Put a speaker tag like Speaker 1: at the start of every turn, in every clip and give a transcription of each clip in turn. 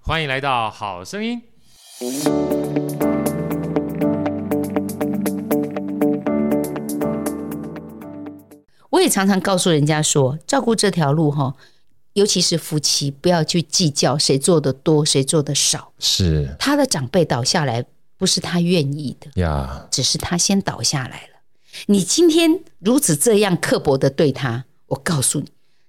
Speaker 1: 欢迎来到《好声音》。
Speaker 2: 我也常常告诉人家说，照顾这条路哈，尤其是夫妻，不要去计较谁做的多，谁做的少。
Speaker 3: 是
Speaker 2: 他的长辈倒下来，不是他愿意的，
Speaker 3: 呀，
Speaker 2: 只是他先倒下来了。你今天如此这样刻薄的对他，我告诉你，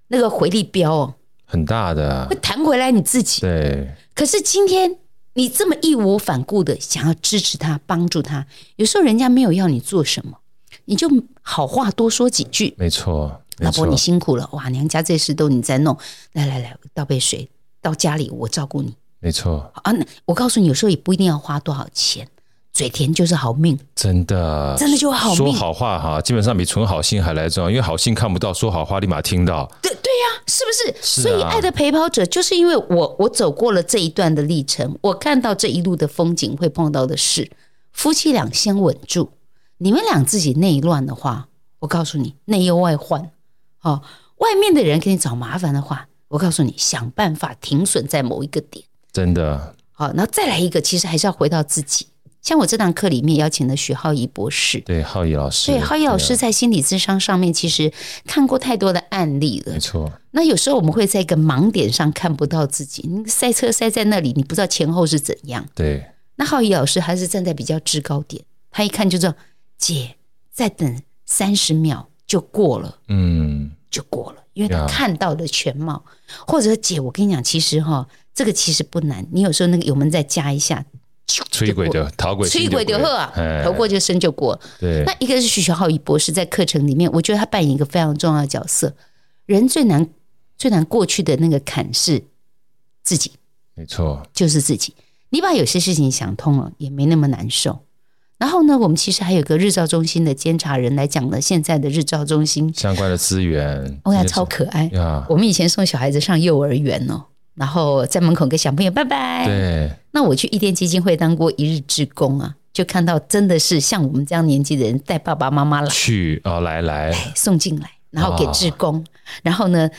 Speaker 2: 那个回力镖哦，
Speaker 3: 很大的
Speaker 2: 会，弹回来你自己。
Speaker 3: 对，
Speaker 2: 可是今天你这么义无反顾的想要支持他、帮助他，有时候人家没有要你做什么，你就好话多说几句。
Speaker 3: 没错，没
Speaker 2: 老婆
Speaker 3: 错
Speaker 2: 你，辛苦了，哇，娘家这事都你在弄，来来来，倒杯水，到家里我照顾你
Speaker 3: 没错，
Speaker 2: 啊。那我告诉你，有时候也不一定要花多少钱，嘴甜就是好命，
Speaker 3: 真的，
Speaker 2: 真的就好
Speaker 3: 啊说
Speaker 2: 命。
Speaker 3: 好话哈，基本上比存好心还来得重要，因为好心看不到，说好话立马听到。
Speaker 2: 对对呀、是不是？
Speaker 3: 是啊
Speaker 2: 所以爱的陪跑者，就是因为我我走过了这一段的历程，我看到这一路的风景，会碰到的事，夫妻俩先稳住。你们俩自己内乱的话，我告诉你，内忧外患。哦，外面的人给你找麻烦的话，我告诉你，想办法停损在某一个点。
Speaker 3: 真的，
Speaker 2: 好，然后再来一个，其实还是要回到自己。像我这堂课里面邀请了许浩怡博士，
Speaker 3: 对浩宇老师，
Speaker 2: 对浩怡老师
Speaker 3: 对啊，
Speaker 2: 在心理智商上面其实看过太多的案例了
Speaker 3: 没。错，
Speaker 2: 那有时候我们会在一个盲点上看不到自己，你塞车塞在那里，你不知道前后是怎样。
Speaker 3: 对，
Speaker 2: 那浩怡老师还是站在比较制高点，他一看就知道，姐再等三十秒就过了。
Speaker 3: 嗯，
Speaker 2: 就过了，因为他
Speaker 3: 呀
Speaker 2: 看到了全貌。或者姐，我跟你讲，其实哈，这个其实不难，你有时候那个油门再加一下，啾
Speaker 3: 吹鬼，的，逃鬼，
Speaker 2: 吹鬼就喝啊，
Speaker 3: 哎
Speaker 2: 头过就身就过。
Speaker 3: 对
Speaker 2: 那，一个是徐小浩宇博士在课程里面，我觉得他扮演一个非常重要的角色。人最难最难过去的那个坎是自己，
Speaker 3: 没错，
Speaker 2: 就是自己。你把有些事情想通了，也没那么难受。然后呢，我们其实还有个日照中心的监察人来讲呢，现在的日照中心，哦
Speaker 3: 相关的资源，
Speaker 2: 欧呀，
Speaker 3: 这些
Speaker 2: 超可爱。
Speaker 3: 呀，
Speaker 2: 我们以前送小孩子上幼儿园哦，然后在门口跟小朋友拜拜。
Speaker 3: 对，
Speaker 2: 那我去一甸基金会当过一日志工啊，就看到真的是像我们这样年纪的人带爸爸妈妈来
Speaker 3: 去啊，来来，
Speaker 2: 送进来，然后给志工，然后呢，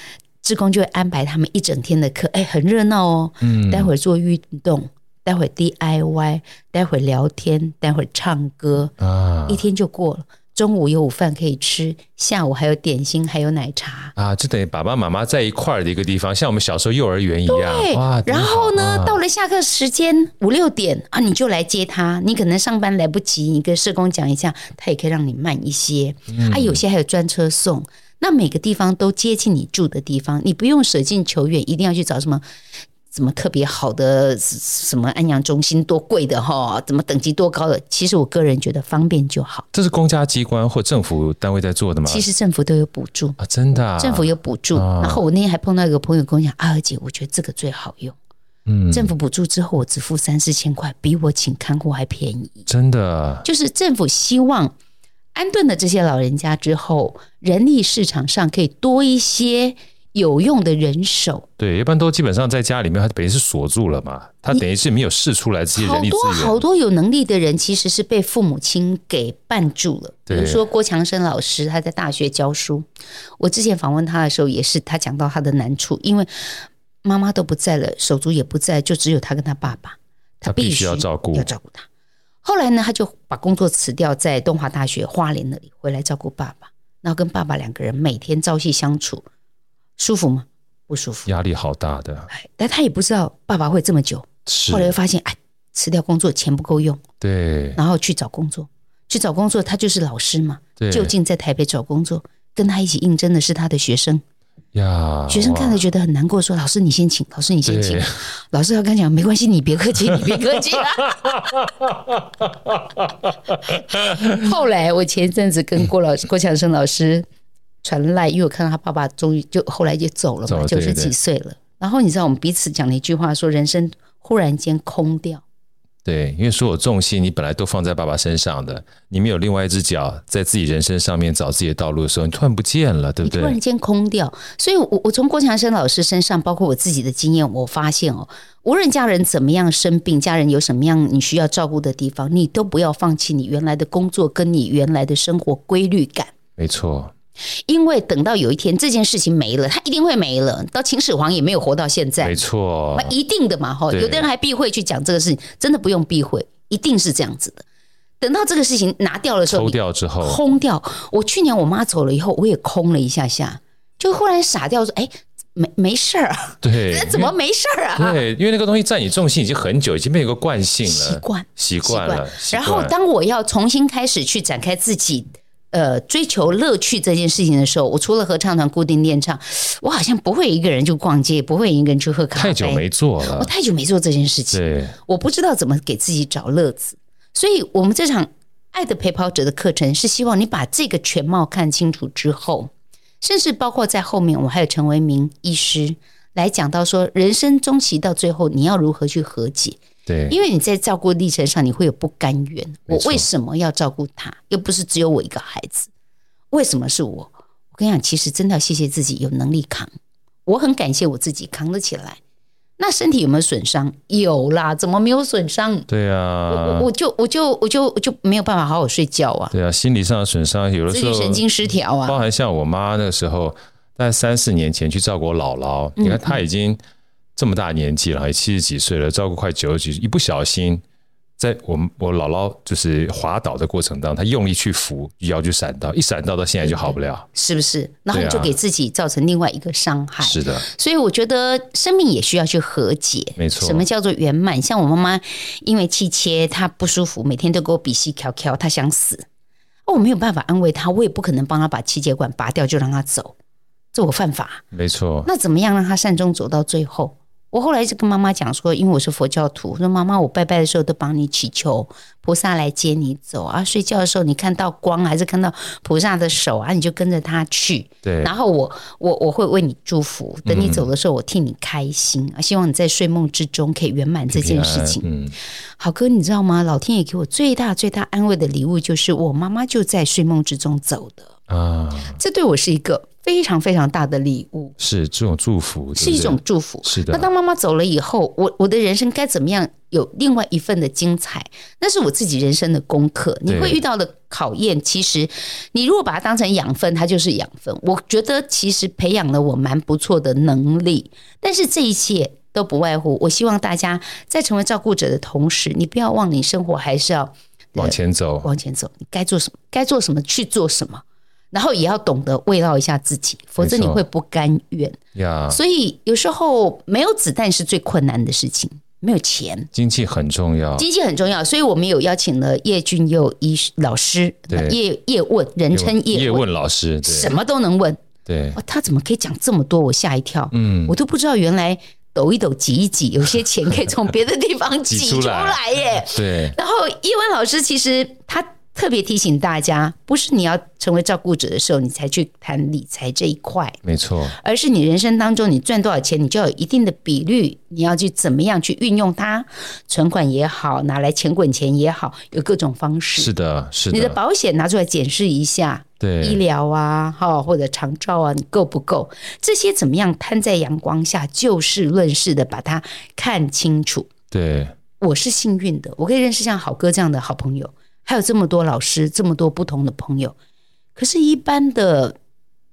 Speaker 2: 志工就会安排他们一整天的课，哎，很热闹哦。
Speaker 3: 嗯，
Speaker 2: 待会儿做运动，待会儿 DIY，待会儿聊天，待会儿唱歌，
Speaker 3: 啊
Speaker 2: 一天就过了。中午有午饭可以吃，下午还有点心，还有奶茶。
Speaker 3: 啊，就等于爸爸妈妈在一块儿的一个地方，像我们小时候幼儿园一样，哇，
Speaker 2: 然后
Speaker 3: 真
Speaker 2: 呢，
Speaker 3: 好啊
Speaker 2: 到了下课时间五六点啊，你就来接他。你可能上班来不及，你跟社工讲一下，他也可以让你慢一些。
Speaker 3: 嗯
Speaker 2: 啊，有些还有专车送。那每个地方都接近你住的地方，你不用舍近求远，一定要去找什么。什么特别好的什什么安阳中心多贵的哈，怎么等级多高的？其实我个人觉得方便就好。
Speaker 3: 这是公家机关或政府单位在做的吗？
Speaker 2: 其实政府都有补助，
Speaker 3: 啊，真的、啊，
Speaker 2: 政府有补助。
Speaker 3: 啊
Speaker 2: 然后我那天还碰到一个朋友跟我讲，啊，姐，我觉得这个最好用。
Speaker 3: 嗯，
Speaker 2: 政府补助之后，我只付三四千块，比我请看护还便宜。
Speaker 3: 真的啊
Speaker 2: 就是政府希望安顿了这些老人家之后，人力市场上可以多一些有用的人手，
Speaker 3: 对，一般都基本上在家里面，他等于是锁住了嘛，他等于是没有试出来这些
Speaker 2: 好
Speaker 3: 人力
Speaker 2: 多
Speaker 3: 资
Speaker 2: 好
Speaker 3: 源，
Speaker 2: 多有能力的人其实是被父母亲给绊住了。比如
Speaker 3: 对
Speaker 2: 说郭强生老师，他在大学教书，我之前访问他的时候也是，他讲到他的难处，因为妈妈都不在了，手足也不在，就只有他跟他爸爸，
Speaker 3: 他
Speaker 2: 必
Speaker 3: 必须要照顾
Speaker 2: 要照顾他。后来呢，他就把工作辞掉，在东华大学花莲那里回来照顾爸爸，然后跟爸爸两个人每天朝夕相处，舒服吗？不舒服。
Speaker 3: 压力好大的，
Speaker 2: 哎，但他也不知道爸爸会这么久，
Speaker 3: 是
Speaker 2: 后，来又发现，哎，辞掉工作钱不够用，
Speaker 3: 对
Speaker 2: 然后去找工作，去找工作，他就是老师嘛，
Speaker 3: 对，
Speaker 2: 就近在台北找工作，跟他一起应征的是他的学生，
Speaker 3: 呀，
Speaker 2: 学生看了
Speaker 3: 哇
Speaker 2: 觉得很难过，说：“老师你先请，老师你先请
Speaker 3: 对。”
Speaker 2: 老师要跟他讲：“没关系，你别客气，你别客 气。”后来我前一阵子跟郭老师、郭强生老师传赖，因为我看到他爸爸终于就后来也走了
Speaker 3: 走
Speaker 2: 嘛，
Speaker 3: 了
Speaker 2: 九十
Speaker 3: 对对
Speaker 2: 几岁了。然后你知道我们彼此讲了一句话，说人生忽然间空掉。
Speaker 3: 对，因为所有重心你本来都放在爸爸身上的，你没有另外一只脚在自己人生上面找自己的道路的时候，你突然不见了，对
Speaker 2: 你
Speaker 3: 不
Speaker 2: 突然
Speaker 3: 对？
Speaker 2: 间空掉。所以我，我从郭强生老师身上，包括我自己的经验，我发现哦，无论家人怎么样生病，家人有什么样你需要照顾的地方，你都不要放弃你原来的工作跟你原来的生活规律感。
Speaker 3: 没错，
Speaker 2: 因为等到有一天这件事情没了，它一定会没了。到秦始皇也没有活到现在
Speaker 3: 没，错
Speaker 2: 啊，一定的嘛哈。
Speaker 3: 对
Speaker 2: 有的人还避讳去讲这个事情，真的不用避讳，一定是这样子的。等到这个事情拿掉的时候，
Speaker 3: 抽
Speaker 2: 你
Speaker 3: 掉之后，
Speaker 2: 空掉。我去年我妈走了以后，我也空了一下下，就忽然傻掉说：“哎，没没事儿啊，
Speaker 3: 对，
Speaker 2: 怎么没事儿啊？
Speaker 3: 对，因为那个东西占你重心已经很久，已经变成一个惯性
Speaker 2: 习
Speaker 3: 了，
Speaker 2: 惯。”
Speaker 3: 习
Speaker 2: 习
Speaker 3: 惯了。习
Speaker 2: 然后
Speaker 3: 惯了
Speaker 2: 当我要重新开始去展开自己呃追求乐趣这件事情的时候，我除了合唱团固定练唱，我好像不会一个人去逛街，也不会一个人去喝咖啡。
Speaker 3: 太久没做
Speaker 2: 我
Speaker 3: 了，
Speaker 2: 太久没做这件事情，
Speaker 3: 对，
Speaker 2: 我不知道怎么给自己找乐子。所以，我们这场《爱的陪跑者》的课程是希望你把这个全貌看清楚之后，甚至包括在后面，我还有陈为民医师来讲到说，人生中期到最后你要如何去和解。
Speaker 3: 对，
Speaker 2: 因为你在照顾历程上，你会有不甘愿。
Speaker 3: 没
Speaker 2: 我
Speaker 3: 错
Speaker 2: 为什么要照顾他？又不是只有我一个孩子，为什么是我？我跟你讲，其实真的要谢谢自己有能力扛，我很感谢我自己扛得起来。那身体有没有损伤？有啦，怎么没有损伤？
Speaker 3: 对啊
Speaker 2: 我，我就我就我就我就没有办法好好睡觉啊，
Speaker 3: 对啊，心理上的损伤，有的
Speaker 2: 自
Speaker 3: 时
Speaker 2: 律
Speaker 3: 候嗯
Speaker 2: 神经失调啊，
Speaker 3: 包含像我妈那个时候，大概三四年前去照顾我姥姥，
Speaker 2: 嗯
Speaker 3: 你看她已经这么大年纪了，也七十几岁了，照顾快九十几，一不小心，在我们我姥姥就是滑倒的过程当中，她用力去扶，腰就闪到，一闪到到现在就好不了。
Speaker 2: 是不是？然后
Speaker 3: 对啊
Speaker 2: 就给自己造成另外一个伤害。
Speaker 3: 是啊的，
Speaker 2: 所以我觉得生命也需要去和解，
Speaker 3: 没错
Speaker 2: 什么叫做圆满？像我妈妈因为气切，她不舒服，每天都给我比气敲敲，她想死。哦，我没有办法安慰她，我也不可能帮她把气血管拔掉就让她走，这我犯法。
Speaker 3: 没错，
Speaker 2: 那怎么样让她善终走到最后？我后来就跟妈妈讲说，因为我是佛教徒，我说妈妈，我拜拜的时候都帮你祈求菩萨来接你走啊，睡觉的时候你看到光还是看到菩萨的手啊，你就跟着他去。
Speaker 3: 对，嗯
Speaker 2: 然后我我我会为你祝福，等你走的时候，我替你开心啊！希望你在睡梦之中可以圆满这件事情。
Speaker 3: 平安嗯，
Speaker 2: 好哥，你知道吗？老天爷给我最大最大安慰的礼物，就是我妈妈就在睡梦之中走的，
Speaker 3: 啊，
Speaker 2: 这对我是一个非常非常大的礼物，
Speaker 3: 是这种祝福，对
Speaker 2: 是
Speaker 3: 不
Speaker 2: 一
Speaker 3: 对啊
Speaker 2: 种祝福。
Speaker 3: 是
Speaker 2: 那
Speaker 3: 的，
Speaker 2: 当妈妈走了以后，我我的人生该怎么样有另外一份的精彩？那是我自己人生的功课。你
Speaker 3: 对
Speaker 2: 会遇到的考验，其实你如果把它当成养分，它就是养分。我觉得其实培养了我蛮不错的能力，但是这一切都不外乎，我希望大家在成为照顾者的同时，你不要忘了你生活还是要
Speaker 3: 往前走，
Speaker 2: 往前走，你该做什么，该做什么去做什么，然后也要懂得慰劳一下自己，否则
Speaker 3: 没
Speaker 2: 你
Speaker 3: 错
Speaker 2: 会不甘愿。
Speaker 3: 呀，
Speaker 2: 所以有时候没有子弹是最困难的事情，没有钱。
Speaker 3: 经济很重要，
Speaker 2: 经济很重要，所以我们有邀请了叶俊佑医师老师，
Speaker 3: 对
Speaker 2: 叶叶问，人称叶
Speaker 3: 叶
Speaker 2: 问，
Speaker 3: 问老师，
Speaker 2: 什么都能问。
Speaker 3: 对对，
Speaker 2: 哦，他怎么可以讲这么多？我吓一跳，
Speaker 3: 嗯，
Speaker 2: 我都不知道原来抖一抖、挤一挤，有些钱可以从别的地方
Speaker 3: 挤
Speaker 2: 挤
Speaker 3: 出
Speaker 2: 出
Speaker 3: 来
Speaker 2: 来耶。
Speaker 3: 对，
Speaker 2: 然后叶问老师其实他特别提醒大家，不是你要成为照顾者的时候，你才去谈理财这一块，
Speaker 3: 没错，
Speaker 2: 而是你人生当中你赚多少钱，你就要有一定的比率，你要去怎么样去运用它，存款也好，拿来钱滚钱也好，有各种方式。
Speaker 3: 是的，是
Speaker 2: 你的
Speaker 3: 的，
Speaker 2: 保险拿出来检视一下，医
Speaker 3: 对，
Speaker 2: 疗啊，哈或者长照啊，你够不够？这些怎么样摊在阳光下，就事论事的把它看清楚。
Speaker 3: 对，
Speaker 2: 我是幸运的，我可以认识像好哥这样的好朋友，还有这么多老师，这么多不同的朋友。可是，一般的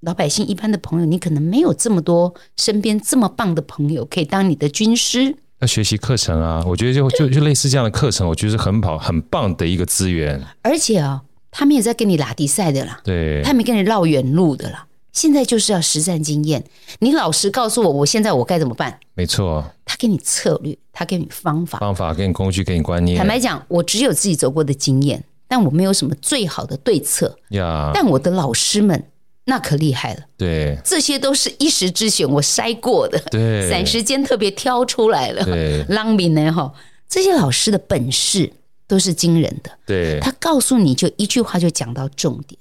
Speaker 2: 老百姓，一般的朋友，你可能没有这么多身边这么棒的朋友可以当你的军师。
Speaker 3: 要学习课程啊，我觉得就就就类似这样的课程，我觉得是很好、很棒的一个资源。
Speaker 2: 而且啊、他们也在跟你拉迪赛的啦，
Speaker 3: 对，
Speaker 2: 他没跟你绕远路的啦。现在就是要实战经验，你老实告诉我，我现在我该怎么办？
Speaker 3: 没错，
Speaker 2: 他给你策略，他给你方法，
Speaker 3: 方法给你工具，给你观念
Speaker 2: 坦白讲，我只有自己走过的经验，但我没有什么最好的对策。
Speaker 3: 呀，
Speaker 2: 但我的老师们那可厉害了，
Speaker 3: 对
Speaker 2: 这些都是一时之选，我筛过的，
Speaker 3: 对，
Speaker 2: 散时间特别挑出来了。
Speaker 3: 对
Speaker 2: 浪民呢，哈，这些老师的本事都是惊人的，
Speaker 3: 对
Speaker 2: 他告诉你就一句话就讲到重点。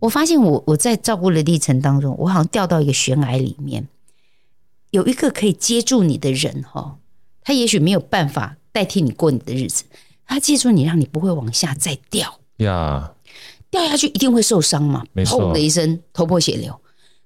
Speaker 2: 我发现我我在照顾的历程当中，我好像掉到一个悬崖里面，有一个可以接住你的人哈，他也许没有办法代替你过你的日子，他接住你，让你不会往下再掉。
Speaker 3: 呀，
Speaker 2: 掉下去一定会受伤嘛，
Speaker 3: 没错
Speaker 2: 砰的一声，头破血流。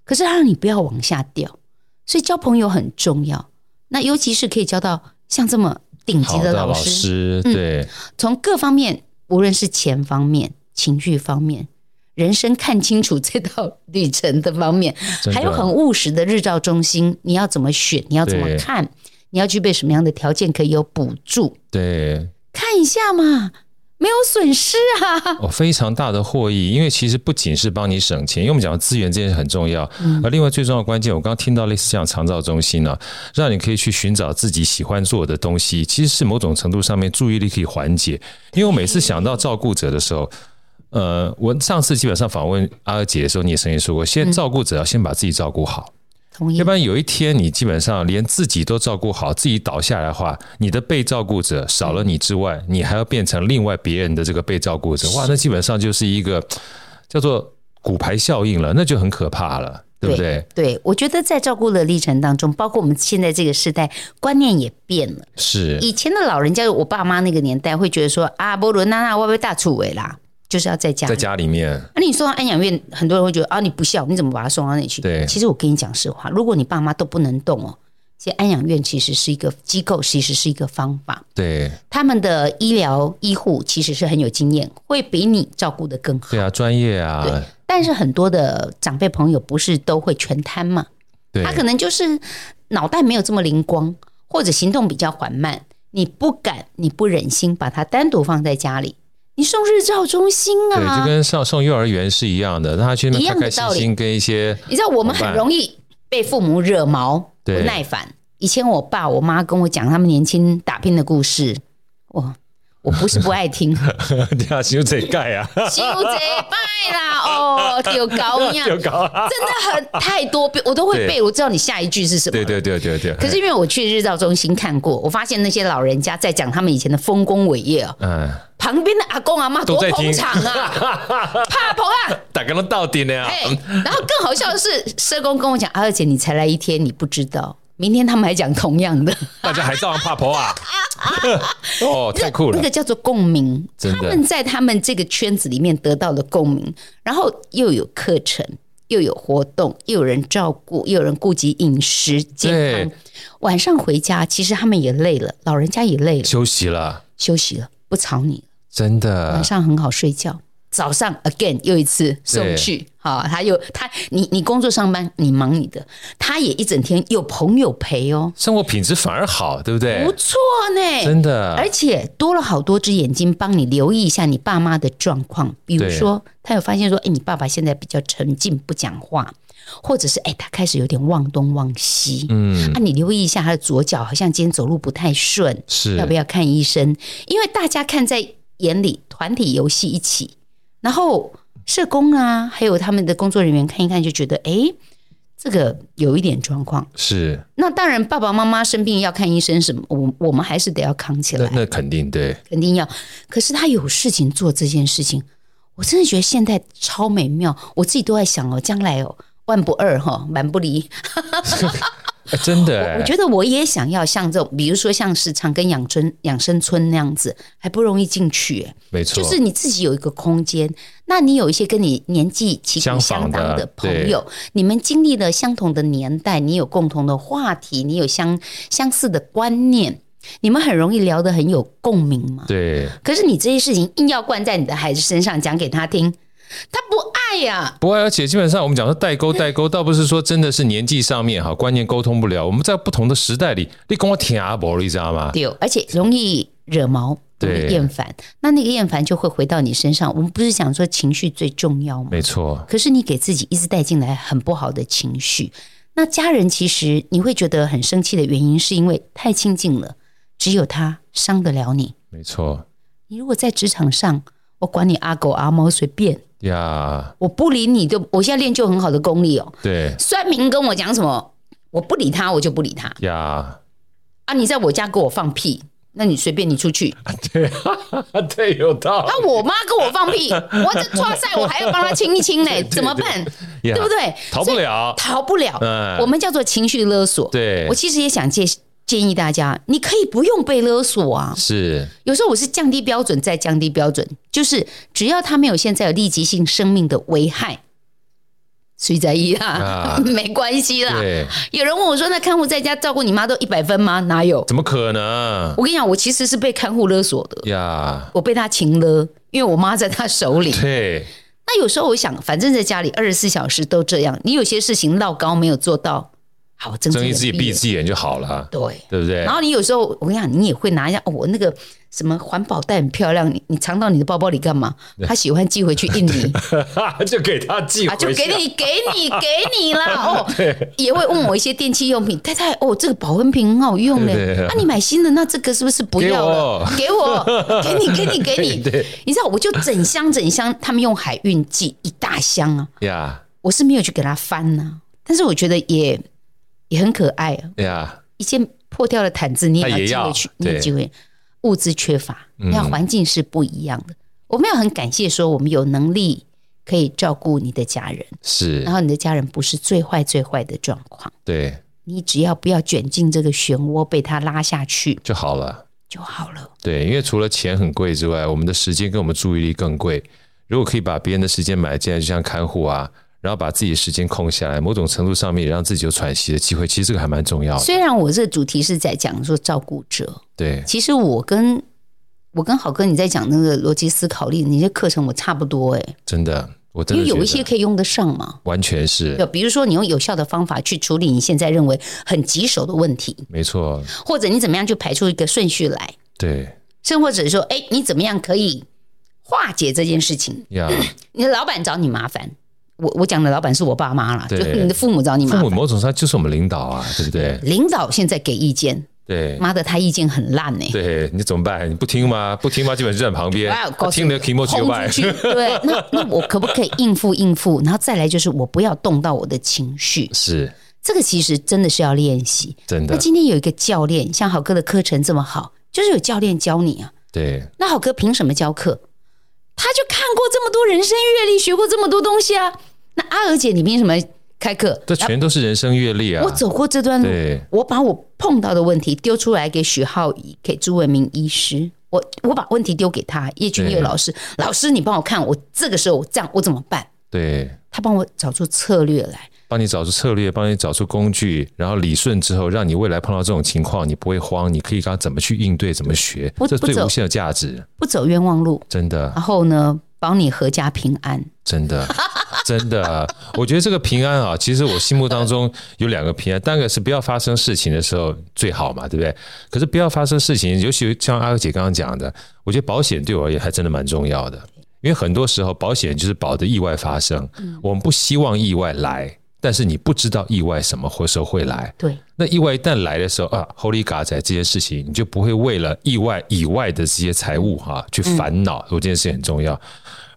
Speaker 2: 可是他让你不要往下掉，所以交朋友很重要。那尤其是可以交到像这么顶级
Speaker 3: 好
Speaker 2: 的
Speaker 3: 的
Speaker 2: 老
Speaker 3: 老
Speaker 2: 师，嗯
Speaker 3: 师，对
Speaker 2: 从各方面，无论是钱方面、情绪方面、人生看清楚这道旅程的方面，
Speaker 3: 真的
Speaker 2: 还有很务实的日照中心，你要怎么选，你要怎么
Speaker 3: 对
Speaker 2: 看，你要具备什么样的条件可以有补助，
Speaker 3: 对，
Speaker 2: 看一下嘛，没有损失啊。
Speaker 3: 哦，非常大的获益，因为其实不仅是帮你省钱，因为我们讲的资源这件事很重要，而另外最重要的关键，我刚刚听到类似这样的长照中心呢、啊让你可以去寻找自己喜欢做的东西，其实是某种程度上面注意力可以缓解。因为我每次想到照顾者的时候，呃，我上次基本上访问阿姐的时候，你也曾经说过，先照顾者要先把自己照顾好，
Speaker 2: 同意
Speaker 3: 要不，然有一天你基本上连自己都照顾好，自己倒下来的话，你的被照顾者少了你之外，你还要变成另外别人的这个被照顾者，哇，那基本上就是一个叫做骨牌效应了，那就很可怕了，对不对？
Speaker 2: 对，我觉得在照顾的历程当中，包括我们现在这个时代，观念也变了。
Speaker 3: 是，
Speaker 2: 以前的老人家，我爸妈那个年代会觉得说啊，波伦娜娜会不会大出位
Speaker 3: 嗯
Speaker 2: 啦？就是要在家里
Speaker 3: 在家里面，
Speaker 2: 那、啊你送到安养院，很多人会觉得啊，你不孝，你怎么把他送到那里去？
Speaker 3: 对
Speaker 2: 其实我跟你讲实话，如果你爸妈都不能动哦，其实安养院其实是一个机构，其实是一个方法。
Speaker 3: 对
Speaker 2: 他们的医疗医护其实是很有经验，会比你照顾的更好。
Speaker 3: 对啊，专业
Speaker 2: 对
Speaker 3: 啊，
Speaker 2: 但是很多的长辈朋友不是都会全瘫嘛，
Speaker 3: 对
Speaker 2: 啊他可能就是脑袋没有这么灵光，或者行动比较缓慢，你不敢，你不忍心把他单独放在家里，你送日照中心
Speaker 3: 对，
Speaker 2: 啊
Speaker 3: 就，跟上送幼儿园是一样的，让他去那
Speaker 2: 一
Speaker 3: 边
Speaker 2: 样
Speaker 3: 开
Speaker 2: 的
Speaker 3: 开
Speaker 2: 道
Speaker 3: 心
Speaker 2: 理
Speaker 3: 心跟一些
Speaker 2: 你知道我们很容易被父母惹毛、不
Speaker 3: 对
Speaker 2: 耐烦。以前我爸我妈跟我讲他们年轻打拼的故事，我我不是不爱 听，
Speaker 3: 对啊，修这盖啊，
Speaker 2: 修这拜啦哦，有高 呀，
Speaker 3: 就搞啊，
Speaker 2: 真的很太多遍，我都会
Speaker 3: 对
Speaker 2: 背，我知道你下一句是什么。
Speaker 3: 对对对对对，
Speaker 2: 可是因为我去日照中心看过，我发现那些老人家在讲他们以前的丰功伟业哦，
Speaker 3: 嗯，
Speaker 2: 旁边的阿公阿妈多
Speaker 3: 都在
Speaker 2: 捧
Speaker 3: 听
Speaker 2: 场 啊，怕捧啊，
Speaker 3: 打个到底呢啊，
Speaker 2: 哎、然后更好笑的是，社工跟我讲，啊二姐你才来一天，你不知道，明天他们还讲同样的，
Speaker 3: 大家还照样怕婆 啊！哦，太酷
Speaker 2: 那
Speaker 3: 了！
Speaker 2: 个叫做共鸣，
Speaker 3: 真
Speaker 2: 他
Speaker 3: 的
Speaker 2: 们在他们这个圈子里面得到了共鸣，然后又有课程，又有活动，又有人照顾，又有人顾及饮食健康
Speaker 3: 对。
Speaker 2: 晚上回家，其实他们也累了，老人家也累了，
Speaker 3: 休息了，嗯
Speaker 2: 休息了，不吵你了。
Speaker 3: 真
Speaker 2: 晚
Speaker 3: 的
Speaker 2: 上很好睡觉，早上 again 又一次送去，好，他又他你你工作上班你忙你的，他也一整天有朋友陪哦，
Speaker 3: 生活品质反而好，对不对
Speaker 2: 不？错呢，
Speaker 3: 真的
Speaker 2: 而且多了好多只眼睛帮你留意一下你爸妈的状况，比如
Speaker 3: 对
Speaker 2: 说他有发现说，哎，你爸爸现在比较沉静不讲话。或者是哎，他开始有点忘东忘西，嗯，啊，你留意一下他的左脚，好像今天走路不太顺，
Speaker 3: 是
Speaker 2: 要不要看医生？因为大家看在眼里，团体游戏一起，然后社工啊，还有他们的工作人员看一看，就觉得哎，诶这个有一点状况。
Speaker 3: 是
Speaker 2: 那当然，爸爸妈妈生病要看医生什么，我我们还是得要扛起
Speaker 3: 那
Speaker 2: 来，
Speaker 3: 那肯定对，
Speaker 2: 肯定要。可是他有事情做这件事情，我真的觉得现代超美妙，我自己都在想哦，将来哦。万不二哈，万不离。
Speaker 3: 哎真的
Speaker 2: 我
Speaker 3: 哎
Speaker 2: 觉得我也想要像这种，比如说像是长庚养村养生村那样子，还不容易进去、诶
Speaker 3: 没
Speaker 2: 就
Speaker 3: 错，
Speaker 2: 是你自己有一个空间，那你有一些跟你年纪旗鼓
Speaker 3: 相
Speaker 2: 相
Speaker 3: 仿的
Speaker 2: 当的
Speaker 3: 对
Speaker 2: 朋友，你们经历了相同的年代，你有共同的话题，你有相相似的观念，你们很容易聊得很有共鸣嘛。
Speaker 3: 对，
Speaker 2: 可是你这些事情硬要灌在你的孩子身上，讲给他听，他不爱呀、
Speaker 3: 不过，而且基本上我们讲说代沟，代沟倒不是说真的是年纪上面哈观念沟通不了，我们在不同的时代里，你跟我听啊阿伯，你知道吗？
Speaker 2: 对哦，而且容易惹毛。容易
Speaker 3: 对
Speaker 2: 厌烦，那那个厌烦就会回到你身上。我们不是讲说情绪最重要吗？
Speaker 3: 没错，
Speaker 2: 可是你给自己一直带进来很不好的情绪。那家人其实你会觉得很生气的原因，是因为太亲近了，只有他伤得了你。
Speaker 3: 没错
Speaker 2: 你如果在职场上，我管你阿狗阿猫随便，
Speaker 3: 呀，
Speaker 2: 我不理你就我现在练就很好的功力哦。
Speaker 3: 对
Speaker 2: 酸民跟我讲什么，我不理他，我就不理他
Speaker 3: 呀，
Speaker 2: 啊！你在我家给我放屁，那你随便你出 去。
Speaker 3: 对，对，有道理
Speaker 2: 啊，我妈跟我放屁，我这抓塞我还要帮她清一 清嘞，怎么办？
Speaker 3: 呀，
Speaker 2: 对不对？
Speaker 3: 逃不了，
Speaker 2: 逃不了。
Speaker 3: 嗯
Speaker 2: 我们叫做情绪勒索。
Speaker 3: 对
Speaker 2: 我其实也想建建议大家，你可以不用被勒索啊。
Speaker 3: 是
Speaker 2: 有时候我是降低标准，再降低标准，就是只要他没有现在有立即性生命的危害，谁在意啊？
Speaker 3: 啊
Speaker 2: 没关系啦。
Speaker 3: 对，
Speaker 2: 有人问我说：“那看护在家照顾你妈都一百分吗？”哪有？
Speaker 3: 怎么可能
Speaker 2: 我跟你讲，我其实是被看护勒索的，
Speaker 3: 呀？
Speaker 2: 我被他情勒，因为我妈在他手里。
Speaker 3: 对，
Speaker 2: 那有时候我想，反正在家里二十四小时都这样，你有些事情闹高没有做到，好睁
Speaker 3: 睁一
Speaker 2: 一
Speaker 3: 只眼闭一只眼就好了，
Speaker 2: 对。
Speaker 3: 对不对
Speaker 2: 然？后你有时候，我跟你讲，你也会拿一下哦我、那个什么环保袋很漂亮，你你藏到你的包包里干嘛？他喜欢寄回去 印尼
Speaker 3: 就给他寄
Speaker 2: 啊，
Speaker 3: 回去，
Speaker 2: 就给你给你给 你啦哦，也会问我一些电器用品，太太哦，这个保温瓶很好用 嘞，
Speaker 3: 对对
Speaker 2: 啊，你买新的，那这个是不是不要了？给我，给你，给你，给 你，
Speaker 3: 对
Speaker 2: 你知道，我就整箱整箱，他们用海运寄一大箱啊，
Speaker 3: 呀
Speaker 2: 我是没有去给他翻呢、但是我觉得也也很可爱啊，
Speaker 3: 呀，
Speaker 2: 一件破掉的毯子你
Speaker 3: 他也
Speaker 2: 也
Speaker 3: 要
Speaker 2: 要寄回去，你
Speaker 3: 对嗯
Speaker 2: 也寄回去，物资缺乏，那环境是不一样的。我们要很感谢说，我们有能力可以照顾你的家人，
Speaker 3: 是
Speaker 2: 然后你的家人不是最坏最坏的状况，
Speaker 3: 对
Speaker 2: 你只要不要卷进这个漩涡，被他拉下去
Speaker 3: 就好了。
Speaker 2: 就好了。
Speaker 3: 对，因为除了钱很贵之外，我们的时间跟我们注意力更贵。如果可以把别人的时间买进来，就像看护啊，然后把自己的时间空下来，某种程度上面也让自己有喘息的机会，其实这个还蛮重要的。
Speaker 2: 虽然我这个主题是在讲说照顾者，
Speaker 3: 对，
Speaker 2: 其实我跟我跟好哥你在讲那个逻辑思考力，你这课程我差不多哎、
Speaker 3: 真的，我真
Speaker 2: 因
Speaker 3: 的
Speaker 2: 为有一
Speaker 3: 觉
Speaker 2: 些
Speaker 3: 得
Speaker 2: 可以用得上嘛。
Speaker 3: 完全是
Speaker 2: 对，比如说你用有效的方法去处理你现在认为很棘手的问题，
Speaker 3: 没错，
Speaker 2: 或者你怎么样去排出一个顺序来，
Speaker 3: 对
Speaker 2: 甚或者说，哎，你怎么样可以化解这件事情？
Speaker 3: 呀。
Speaker 2: 你的老板找你麻烦，我我讲的老板是我爸妈啦，就
Speaker 3: 对
Speaker 2: 是你的父母找你
Speaker 3: 父
Speaker 2: 麻
Speaker 3: 母
Speaker 2: 烦，
Speaker 3: 某种上就是我们领导啊，对不对？
Speaker 2: 领导现在给意见，
Speaker 3: 对。
Speaker 2: 妈的，他意见很烂呢、
Speaker 3: 对你怎么办？你不听吗？不听吗？基本就站旁边啊
Speaker 2: 哇，告，诉
Speaker 3: 听的 k i m o
Speaker 2: 轰出去，对，那那我可不可以应付应付？然后再来就是我不要动到我的情绪，
Speaker 3: 是
Speaker 2: 这个其实真的是要练习。
Speaker 3: 真
Speaker 2: 那
Speaker 3: 的，
Speaker 2: 今天有一个教练，像好哥的课程这么好，就是有教练教你啊。
Speaker 3: 对
Speaker 2: 那好哥凭什么教课？他就看过这么多人生阅历，学过这么多东西啊。那阿娥姐，你凭什么开课？
Speaker 3: 这全都是人生阅历啊
Speaker 2: 我。走过这段路，
Speaker 3: 对
Speaker 2: 我把我碰到的问题丢出来给许浩宇、给朱文明医师，我我把问题丢给他，叶君
Speaker 3: 对
Speaker 2: 佑老师，老师你帮我看，我这个时候我这样我怎么办？
Speaker 3: 对，
Speaker 2: 他帮我找出策略来，
Speaker 3: 帮你找出策略，帮你找出工具，然后理顺之后，让你未来碰到这种情况，你不会慌，你可以刚怎么去应对，怎么学，
Speaker 2: 不
Speaker 3: 这是
Speaker 2: 不
Speaker 3: 最
Speaker 2: 走
Speaker 3: 无限的价值，
Speaker 2: 不走冤枉路，
Speaker 3: 真的。
Speaker 2: 然后呢，保你阖家平安。
Speaker 3: 真的， 真的，啊我觉得这个平安啊，其实我心目当中有两个平安，当然是不要发生事情的时候最好嘛，对不对？可是不要发生事情，尤其像阿克姐刚刚讲的，我觉得保险对我而言还真的蛮重要的，因为很多时候保险就是保的意外发生，我们不希望意外来，但是你不知道意外什么或时候会来。
Speaker 2: 对，
Speaker 3: 那意外一旦来的时候啊，Holy God 仔这件事情，你就不会为了意外以外的这些财务哈、去烦恼，我这件事情很重要。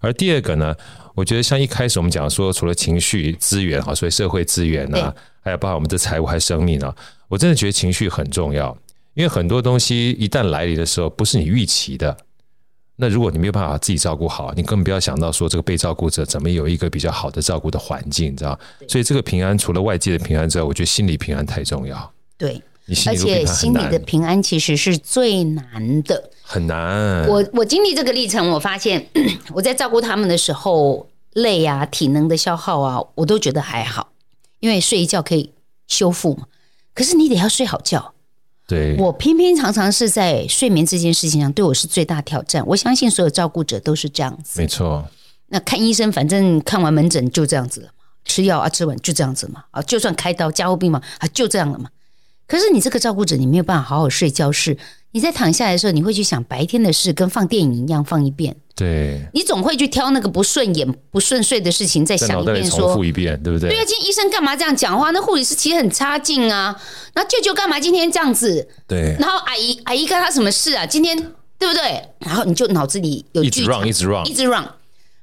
Speaker 3: 而第二个呢，我觉得像一开始我们讲说，除了情绪资源哈，所以社会资源呢、
Speaker 2: 对
Speaker 3: 还有包括我们的财务还有生命啊，我真的觉得情绪很重要，因为很多东西一旦来临的时候，不是你预期的。那如果你没有办法自己照顾好，你根本不要想到说这个被照顾者怎么有一个比较好的照顾的环境，你知道？所以这个平安除了外界的平安之外，我觉得心理平安太重要。
Speaker 2: 对，
Speaker 3: 你心
Speaker 2: 而
Speaker 3: 理路平
Speaker 2: 且
Speaker 3: 衡很
Speaker 2: 心里的
Speaker 3: 难，
Speaker 2: 平安其实是最难的。
Speaker 3: 很难。
Speaker 2: 我我经历这个历程，我发现 我在照顾他们的时候，累啊、体能的消耗啊，我都觉得还好，因为睡一觉可以修复嘛。可是你得要睡好觉，
Speaker 3: 对
Speaker 2: 我偏偏常常是在睡眠这件事情上对我是最大挑战。我相信所有照顾者都是这样子。
Speaker 3: 没错，
Speaker 2: 那看医生，反正看完门诊就这样子了嘛，吃药啊，吃完就这样子嘛，啊，就算开刀加护病房啊，就这样了嘛。可是你这个照顾者，你没有办法好好睡觉是，你在躺下来的时候，你会去想白天的事，跟放电影一样放一遍，
Speaker 3: 对，
Speaker 2: 你总会去挑那个不顺眼、不顺遂的事情再
Speaker 3: 在
Speaker 2: 想
Speaker 3: 脑
Speaker 2: 一
Speaker 3: 袋
Speaker 2: 遍
Speaker 3: 里
Speaker 2: 说，
Speaker 3: 重复一遍，对不
Speaker 2: 对啊，
Speaker 3: 对？
Speaker 2: 今天医生干嘛这样讲话？那护理师其实很差劲啊。那舅舅干嘛今天这样子？
Speaker 3: 对，
Speaker 2: 然后阿姨阿姨干他什么事啊？今天对不对？然后你就脑子里有
Speaker 3: 一
Speaker 2: 剧
Speaker 3: 直 run，一直 run，
Speaker 2: 一直 run，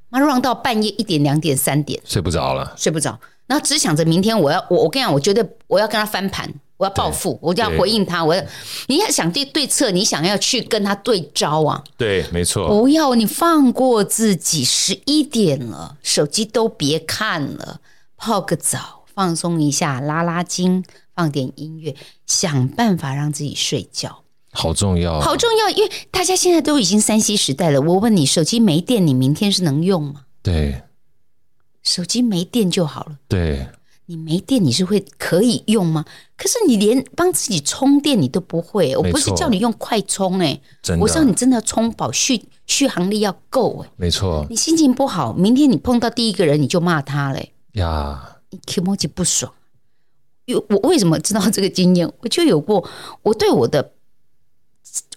Speaker 2: 妈 run 到半夜一点、两点、三点
Speaker 3: 睡不着了。
Speaker 2: 睡不着，然后只想着明天我要我我跟你讲，我绝对我要跟他翻盘，我要报复，我就要
Speaker 3: 对
Speaker 2: 回应他，我要你要想对对策，你想要去跟他对招啊。
Speaker 3: 对，没错，
Speaker 2: 不要，你放过自己，十一点了，手机都别看了，泡个澡，放松一下，拉拉筋，放点音乐，想办法让自己睡觉，
Speaker 3: 好重要。
Speaker 2: 好重要。因为大家现在都已经三 C 时代了，我问你，手机没电，你明天是能用吗？
Speaker 3: 对
Speaker 2: 手机没电就好了。
Speaker 3: 对
Speaker 2: 你没电你是会可以用吗？可是你连帮自己充电你都不会、我不是
Speaker 3: 没错
Speaker 2: 叫你用快充哎、
Speaker 3: 真的
Speaker 2: 我知道你真的要充饱，续续航力要够哎、
Speaker 3: 没错
Speaker 2: 你心情不好，明天你碰到第一个人你就骂他嘞、
Speaker 3: 呀，
Speaker 2: 你 e m o j i 不爽。有我为什么知道这个经验？我就有过，我对我的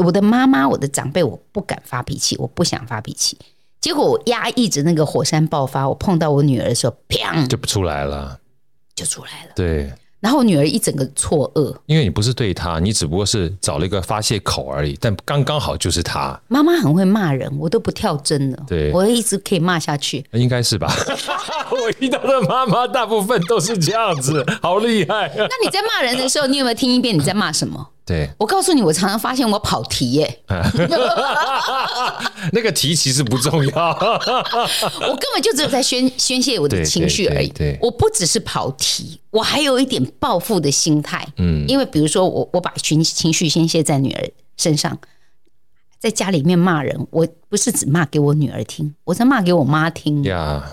Speaker 2: 我的妈妈、我的长辈，我不敢发脾气，我不想发脾气。结果我压抑着那个火山爆发，我碰到我女儿的时候，砰
Speaker 3: 就不出来了。
Speaker 2: 就出来了。
Speaker 3: 对，
Speaker 2: 然后我女儿一整个错愕，
Speaker 3: 因为你不是对他，你只不过是找了一个发泄口而已，但刚刚好就是他，
Speaker 2: 妈妈很会骂人，我都不跳针了，
Speaker 3: 对
Speaker 2: 我一直可以骂下去。
Speaker 3: 应该是吧？ 我遇到的妈妈大部分都是这样 子，好厉害啊！
Speaker 2: 那你在骂人的时候，你有没有听一遍你在骂什么？
Speaker 3: 对，
Speaker 2: 我告诉你，我常常发现我跑题耶、
Speaker 3: 那个题其实不重要，
Speaker 2: 我根本就只有在宣 宣泄我的情绪而已。
Speaker 3: 对对对对
Speaker 2: 我不只是跑题，我还有一点报复的心态。嗯，因为比如说我我把情情绪宣泄在女儿身上，在家里面骂人，我不是只骂给我女儿听，我在骂给我妈听，
Speaker 3: 呀，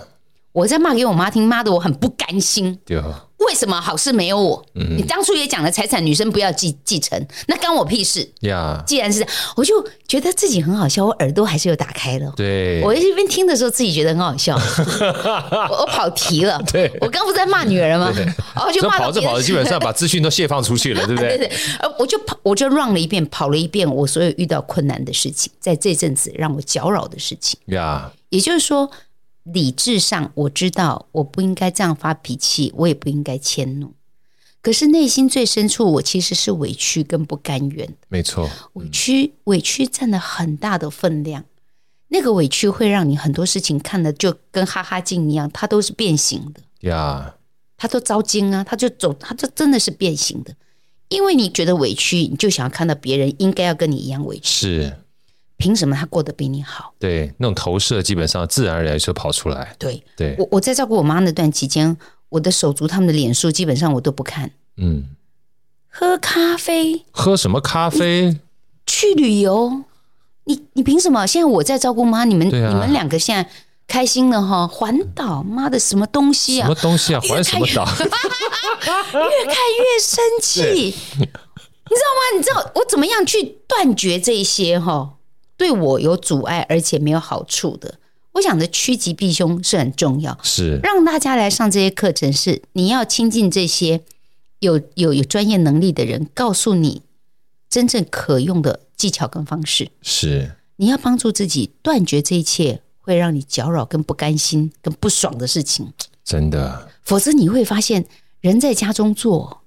Speaker 2: 我在骂给我妈听，妈的我很不甘心。
Speaker 3: 对，
Speaker 2: 为什么好事没有我？
Speaker 3: 嗯
Speaker 2: 你当初也讲了，财产女生不要继继承，那干我屁事？
Speaker 3: 呀，
Speaker 2: 既然是这样，我就觉得自己很好笑，我耳朵还是有打开了。
Speaker 3: 对，
Speaker 2: 我一边听的时候，自己觉得很 好笑，我我跑题了。
Speaker 3: 对
Speaker 2: 我刚不是在骂女人吗？然后就
Speaker 3: 这
Speaker 2: 骂
Speaker 3: 跑
Speaker 2: 到
Speaker 3: 着
Speaker 2: 别的
Speaker 3: 跑着，基本 上把资讯都泄放出去了，对不
Speaker 2: 对
Speaker 3: 对？
Speaker 2: 对，呃，我就跑，我就 run 了一遍，跑了一遍我所有遇到困难的事情，在这阵子让我搅扰的事情。
Speaker 3: 呀，
Speaker 2: 也就是说，理智上我知道我不应该这样发脾气，我也不应该迁怒，可是内心最深处，我其实是委屈跟不甘愿的。
Speaker 3: 没错，
Speaker 2: 委屈，委屈占了很大的分量。那个委屈会让你很多事情看的就跟哈哈镜一样，它都是变形的，
Speaker 3: 呀，
Speaker 2: 它都糟精啊，它就走，它就真的是变形的。因为你觉得委屈，你就想要看到别人应该要跟你一样委屈，
Speaker 3: 是
Speaker 2: 凭什么他过得比你好？
Speaker 3: 对那种投射，基本上自然而然就跑出来。
Speaker 2: 对
Speaker 3: 对，
Speaker 2: 我，我在照顾我妈那段期间，我的手足他们的脸书基本上我都不看，
Speaker 3: 嗯，
Speaker 2: 喝咖啡，
Speaker 3: 喝什么咖 啡？
Speaker 2: 去旅游，你你凭什么？现在我在照顾妈，你们、
Speaker 3: 对啊
Speaker 2: 你们两个现在开心了哈，环岛，妈的什么东西
Speaker 3: 什
Speaker 2: 啊
Speaker 3: 么？东 西啊？还什么岛？
Speaker 2: 越看越生气，你知道吗？ 你知道我怎么样去断绝这一些哈，对我有阻碍而且没有好处的？我想的趋吉避凶是很重要，
Speaker 3: 是
Speaker 2: 让大家来上这些课程是你要亲近这些有有有专业能力的人，告诉你真正可用的技巧跟方式。
Speaker 3: 是，
Speaker 2: 你要帮助自己断绝这一切会让你搅扰、跟不甘心、跟不爽的事情，
Speaker 3: 真的，
Speaker 2: 否则你会发现人在家中坐，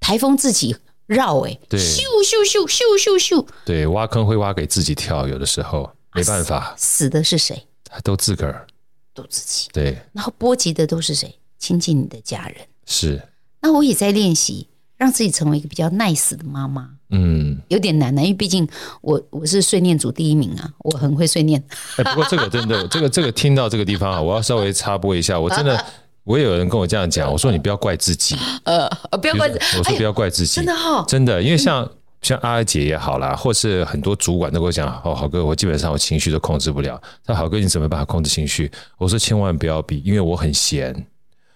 Speaker 2: 台风自己绕、欸，
Speaker 3: 对
Speaker 2: 咻咻咻咻咻咻，
Speaker 3: 对，挖坑会挖给自己跳，有的时候没办法，
Speaker 2: 死的是谁？
Speaker 3: 都自个儿。
Speaker 2: 都自己，
Speaker 3: 对，
Speaker 2: 然后波及的都是谁？亲近你的家人。
Speaker 3: 是，
Speaker 2: 那我也在练习，让自己成为一个比较 nice 的妈妈，
Speaker 3: 嗯，
Speaker 2: 有点难呢、啊因为毕竟我我是碎念组第一名啊，我很会碎念。
Speaker 3: 哎，不过这个真的，这个这个听到这个地方啊，我要稍微插播一下，我真 的，我也有人跟我这样讲，我说你不要怪自己，
Speaker 2: 呃，呃不要
Speaker 3: 比如
Speaker 2: 怪
Speaker 3: 说
Speaker 2: 自
Speaker 3: 我
Speaker 2: 哎
Speaker 3: 说
Speaker 2: 呀
Speaker 3: 不要怪自己，
Speaker 2: 真的哈、嗯
Speaker 3: 真的，因为像像阿姐也好啦，或是很多主管都跟我讲，哦，好哥，我基本上我情绪都控制不了。他说好哥，你怎么办法控制情绪？我说千万不要比，因为我很闲。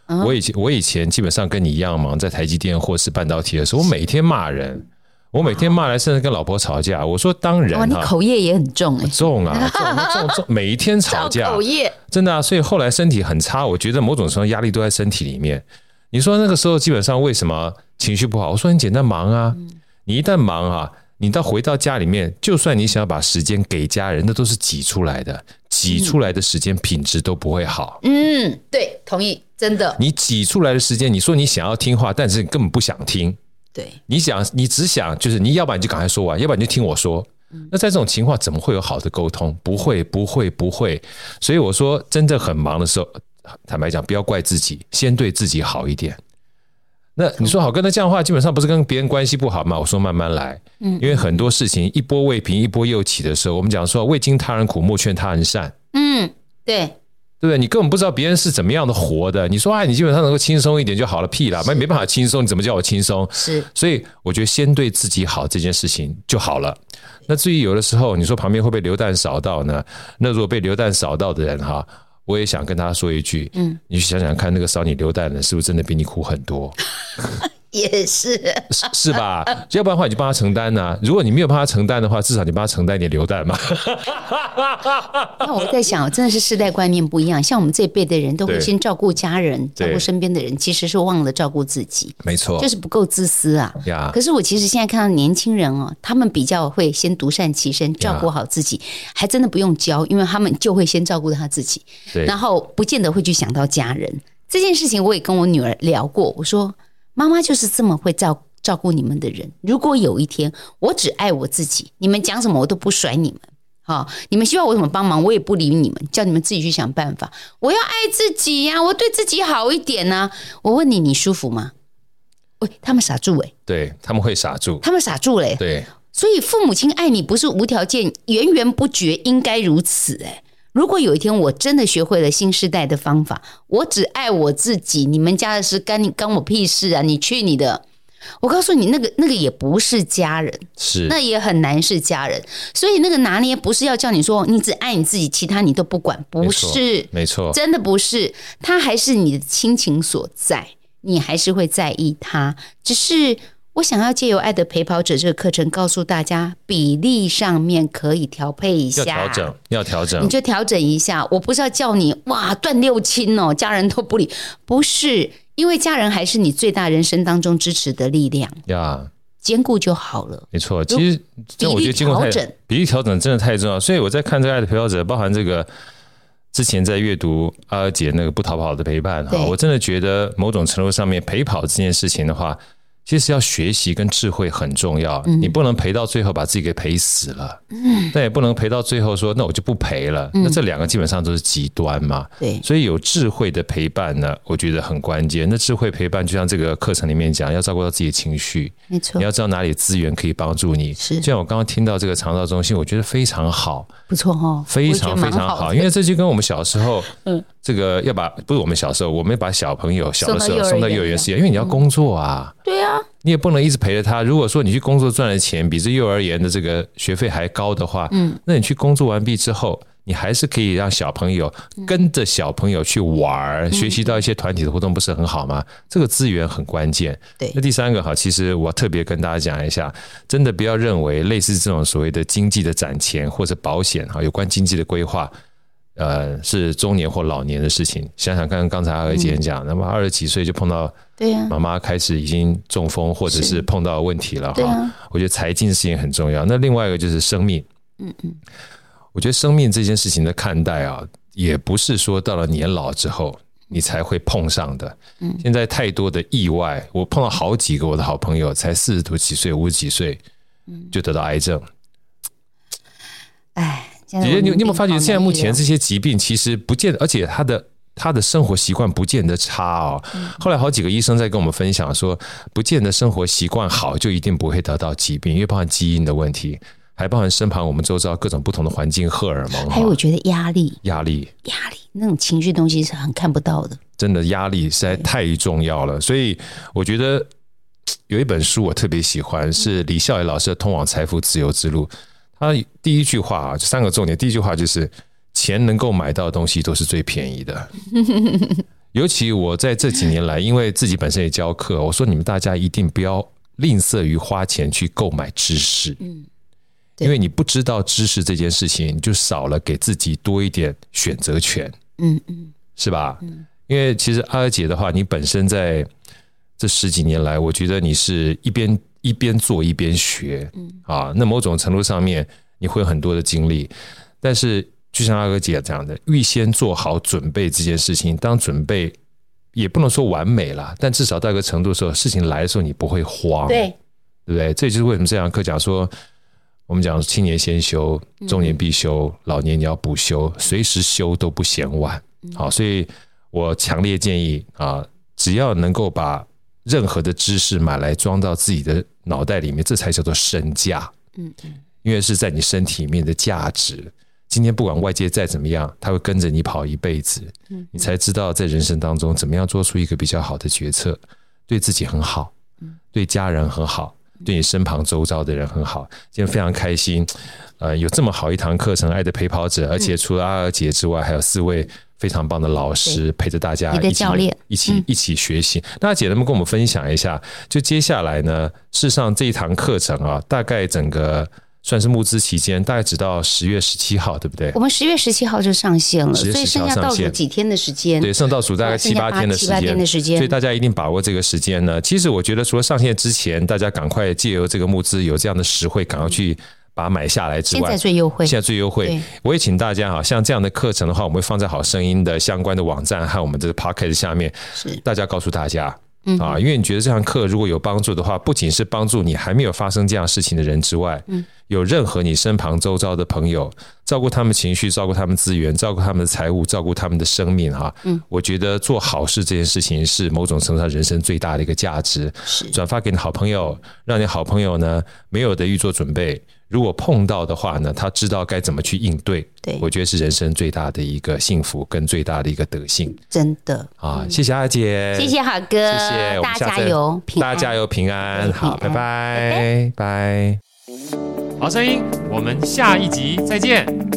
Speaker 2: 嗯
Speaker 3: 我以前我以前基本上跟你一样忙，在台积电或是半导体的时候，我每天骂人，我每天骂人，甚至跟老婆吵架。我说当然
Speaker 2: 哇，哦你
Speaker 3: 啊，
Speaker 2: 口业也很重哎、
Speaker 3: 重啊，重重重，每一天吵 架，
Speaker 2: 造口业。
Speaker 3: 真的啊，所以后来身体很差，我觉得某种程度压力都在身体里面。你说那个时候基本上为什么情绪不好？我说很简单，忙啊。你一旦忙啊，你到回到家里面，就算你想要把时间给家人，那都是挤出来的，挤出来的时间品质都不会好。
Speaker 2: 嗯，对，同意，真的，
Speaker 3: 你挤出来的时间，你说你想要听话，但是你根本不想听。
Speaker 2: 对，
Speaker 3: 你想，你只想就是你要不然你就赶快说完，要不然你就听我说。那在这种情况，怎么会有好的沟通？不会，不会，不会。所以我说，真的很忙的时候，坦白讲，不要怪自己，先对自己好一点。那你说好哥，那这样的话，基本上不是跟别人关系不好嘛？我说慢慢来，因为很多事情一波未平一波又起的时候，我们讲说未经他人苦，莫劝他人善。
Speaker 2: 嗯，对，
Speaker 3: 对不对？你根本不知道别人是怎么样的活的。你说啊，你基本上能够轻松一点就好了，屁啦，没没办法轻松，你怎么叫我轻松？
Speaker 2: 是
Speaker 3: 所以我觉得先对自己好这件事情就好了。那至于有的时候你说旁边会被流弹扫到呢？那如果被流弹扫到的人哈，我也想跟他说一句，嗯，你去想想看，那个烧你流蛋的人是不是真的比你苦很多，
Speaker 2: 也是，
Speaker 3: 是是吧？要不然的话，你就帮他承担呐、啊如果你没有帮他承担的话，至少你帮他承担一点流 蛋嘛。
Speaker 2: 那我在想，啊真的是世代观念不一样。像我们这一辈的人都会
Speaker 3: 对
Speaker 2: 先照顾家人，照
Speaker 3: 对哦
Speaker 2: 顾身边的人，其实是忘了照顾自己，
Speaker 3: 没错
Speaker 2: 就是不够自私啊。
Speaker 3: 呀
Speaker 2: 可是我其实现在看到年轻人哦，他们比较会先独善其身，照顾好自己，还真的不用教，因为他们就会先照顾他自己，
Speaker 3: 对
Speaker 2: 然后不见得会去想到家人这件事情。我也跟我女儿聊过，我说妈妈就是这么会照照顾你们的人。如果有一天我只爱我自己，你们讲什么我都不甩你们。好、你们需要我怎么帮忙，我也不理你们，叫你们自己去想办法。我要爱自己呀、我对自己好一点呐、我问你，你舒服吗？喂，他们傻住哎、
Speaker 3: 对，他们会傻住，
Speaker 2: 他们傻住嘞、欸
Speaker 3: 对
Speaker 2: 所以父母亲爱你不是无条件、源源不绝，应该如此、欸。如果有一天我真的学会了新时代的方法，我只爱我自己，你们家的事干你干我屁事啊！你去你的。我告诉你，那个那个也不是家人，
Speaker 3: 是
Speaker 2: 那也很难是家人，所以那个拿捏不是要叫你说你只爱你自己，其他你都不管，
Speaker 3: 没
Speaker 2: 不
Speaker 3: 错
Speaker 2: 是。
Speaker 3: 没错，
Speaker 2: 真的不是，他还是你的亲情所在，你还是会在意他。只是我想要借由《爱的陪跑者》这个课程，告诉大家比例上面可以调配一
Speaker 3: 要
Speaker 2: 下，
Speaker 3: 调整，要调
Speaker 2: 啊你
Speaker 3: 整，
Speaker 2: 就调整一下。我不是要叫你哇断六亲哦，家人都不理，不是，因为家人还是你最大人生当中支持的力量，
Speaker 3: 呀。
Speaker 2: 兼顾就好了。
Speaker 3: 没错，其实这我觉得经过太
Speaker 2: 比例调整
Speaker 3: 比例调整真的太重要，所以我在看这个《爱的陪跑者》，包含这个之前在阅读阿尔姐那个《不逃跑的陪伴》
Speaker 2: 对
Speaker 3: 哈，我真的觉得某种程度上面陪跑这件事情的话，其实要学习跟智慧很重要，你不能陪到最后把自己给陪死了，但也不能陪到最后说那我就不陪了，那这两个基本上都是极端嘛，
Speaker 2: 对，
Speaker 3: 所以有智慧的陪伴呢，我觉得很关键。那智慧陪伴就像这个课程里面讲，要照顾到自己的情绪，
Speaker 2: 没错
Speaker 3: 你，要知道哪里资源可以帮助你。
Speaker 2: 嗯是
Speaker 3: 就像我刚刚听到这个长照中心，我觉得非常好，
Speaker 2: 不错哦，
Speaker 3: 非
Speaker 2: 我
Speaker 3: 常
Speaker 2: 觉得
Speaker 3: 非
Speaker 2: 蛮
Speaker 3: 常
Speaker 2: 好
Speaker 3: 好，
Speaker 2: 的，
Speaker 3: 因为这就跟我们小时 候，嗯，这个要把不是我们小时候，我们把小朋友小的时候
Speaker 2: 送
Speaker 3: 送
Speaker 2: 到幼儿园
Speaker 3: 到幼儿园是一样，因为你要工作啊，
Speaker 2: 对啊，
Speaker 3: 你也不能一直陪着他。如果说你去工作赚的钱比这幼儿园的这个学费还高的话，嗯，那你去工作完毕之后，你还是可以让小朋友跟着小朋友去玩儿，
Speaker 2: 嗯
Speaker 3: 学习到一些团体的活动，不是很好吗？这个资源很关键。
Speaker 2: 对
Speaker 3: 那第三个哈，其实我特别跟大家讲一下，真的不要认为类似这种所谓的经济的攒钱或者保险哈，有关经济的规划。呃，是中年或老年的事情。想想看，刚才阿伟姐讲，那么二十几岁就碰到
Speaker 2: 对啊，
Speaker 3: 妈妈开始已经中风或者是碰到问题了
Speaker 2: 对
Speaker 3: 哈、
Speaker 2: 啊
Speaker 3: 我觉得财经的事情很重要。那另外一个就是生命，嗯嗯，我觉得生命这件事情的看待啊，也不是说到了年老之后你才会碰上的。嗯，现在太多的意外，我碰到好几个我的好朋友，才四十多几岁、五十几岁。
Speaker 2: 嗯
Speaker 3: 就得到癌症，
Speaker 2: 哎，姐
Speaker 3: 姐姐，你你有没有发觉现在目前这些疾病其实不见，而且他的他的生活习惯不见得差哦。
Speaker 2: 嗯
Speaker 3: 后来好几个医生在跟我们分享说，不见得生活习惯好就一定不会得到疾病，因为包含基因的问题，还包含身旁我们周遭各种不同的环境、荷尔蒙、
Speaker 2: 还有，我
Speaker 3: 哈
Speaker 2: 觉得压力，
Speaker 3: 压力，
Speaker 2: 压力那种情绪东西是很看不到的。
Speaker 3: 真的压力实在太重要了。所以我觉得有一本书我特别喜欢，是李笑来老师的《通往财富自由之路》。他第一句话啊，就三个重点，第一句话就是钱能够买到的东西都是最便宜的。尤其我在这几年来，因为自己本身也教课，我说你们大家一定不要吝啬于花钱去购买知识，嗯，
Speaker 2: 对
Speaker 3: 因为你不知道知识这件事情，你就少了给自己多一点选择权，
Speaker 2: 嗯嗯，
Speaker 3: 是吧？因为其实阿姐的话，你本身在这十几年来，我觉得你是一边一边做一边学，
Speaker 2: 嗯
Speaker 3: 啊，那某种程度上面你会有很多的经历，但是就像阿哥姐讲的，预先做好准备这件事情，当准备也不能说完美啦，但至少到一个程度的时候，事情来的时候你不会慌，
Speaker 2: 对，
Speaker 3: 对不对？这就是为什么这堂课讲说，我们讲青年先修，中年必修，老年你要补修，随时修都不嫌晚。好，所以我强烈建议啊，只要能够把任何的知识买来装到自己的脑袋里面，这才叫做身价。
Speaker 2: 嗯
Speaker 3: 因为是在你身体里面的价值。今天不管外界再怎么样，它会跟着你跑一辈子，
Speaker 2: 嗯
Speaker 3: 你才知道在人生当中怎么样做出一个比较好的决策，对自己很好，
Speaker 2: 嗯
Speaker 3: 对家人很好，对你身旁周遭的人很好。今天非常开心，呃有这么好一堂课程《爱的陪跑者》，而
Speaker 2: 嗯
Speaker 3: 且除了阿尔杰之外，还有四位非常棒的老师陪着大家，
Speaker 2: 你的
Speaker 3: 一起
Speaker 2: 教练
Speaker 3: 一起一起学习。那阿姐能不能跟我们分享一下？就接下来呢，事实上这一堂课程啊，大概整个算是募资期间，大概直到十月十七号，对不对
Speaker 2: 我？们十月十七号就上线了，
Speaker 3: 10月
Speaker 2: 所以剩下
Speaker 3: 17号
Speaker 2: 倒
Speaker 3: 上
Speaker 2: 数
Speaker 3: 线
Speaker 2: 几天的时间。
Speaker 3: 对，剩倒数大概
Speaker 2: 哦剩
Speaker 3: 七
Speaker 2: 下
Speaker 3: 八天的时
Speaker 2: 七八
Speaker 3: 间
Speaker 2: 天的，时间
Speaker 3: 所以大家一定把握这个时间呢。其实我觉得，除了上线之前，大家赶快借由这个募资有这样的实惠，赶快去把它买下来之
Speaker 2: 现在
Speaker 3: 外。
Speaker 2: 最优惠，
Speaker 3: 现在最优惠
Speaker 2: 对，
Speaker 3: 我也请大家啊，像这样的课程的话，我们会放在好声音的相关的网站和我们这个 p o c k e t 下面，
Speaker 2: 是
Speaker 3: 大家告诉大家。
Speaker 2: 嗯
Speaker 3: 啊，因为你觉得这堂课如果有帮助的话，不仅是帮助你还没有发生这样事情的人之外，
Speaker 2: 嗯
Speaker 3: 有任何你身旁周遭的朋友，照顾他们情绪，照顾他们资源，照顾他们的财务，照顾他们的生命哈、
Speaker 2: 嗯
Speaker 3: 我觉得做好事这件事情是某种程度上人生最大的一个价值。
Speaker 2: 是
Speaker 3: 转发给你好朋友，让你好朋友呢没有的预做准备，如果碰到的话呢，他知道该怎么去应对。
Speaker 2: 对
Speaker 3: 我觉得是人生最大的一个幸福跟最大的一个德性
Speaker 2: 真的。
Speaker 3: 啊！谢谢阿姐，
Speaker 2: 谢谢好哥，
Speaker 3: 谢谢，我
Speaker 2: 大
Speaker 3: 们下
Speaker 2: 家加
Speaker 3: 次
Speaker 2: 油，平
Speaker 3: 大
Speaker 2: 安
Speaker 3: 家加油，平安，好，拜拜，拜。
Speaker 1: 好声音，我们下一集再见。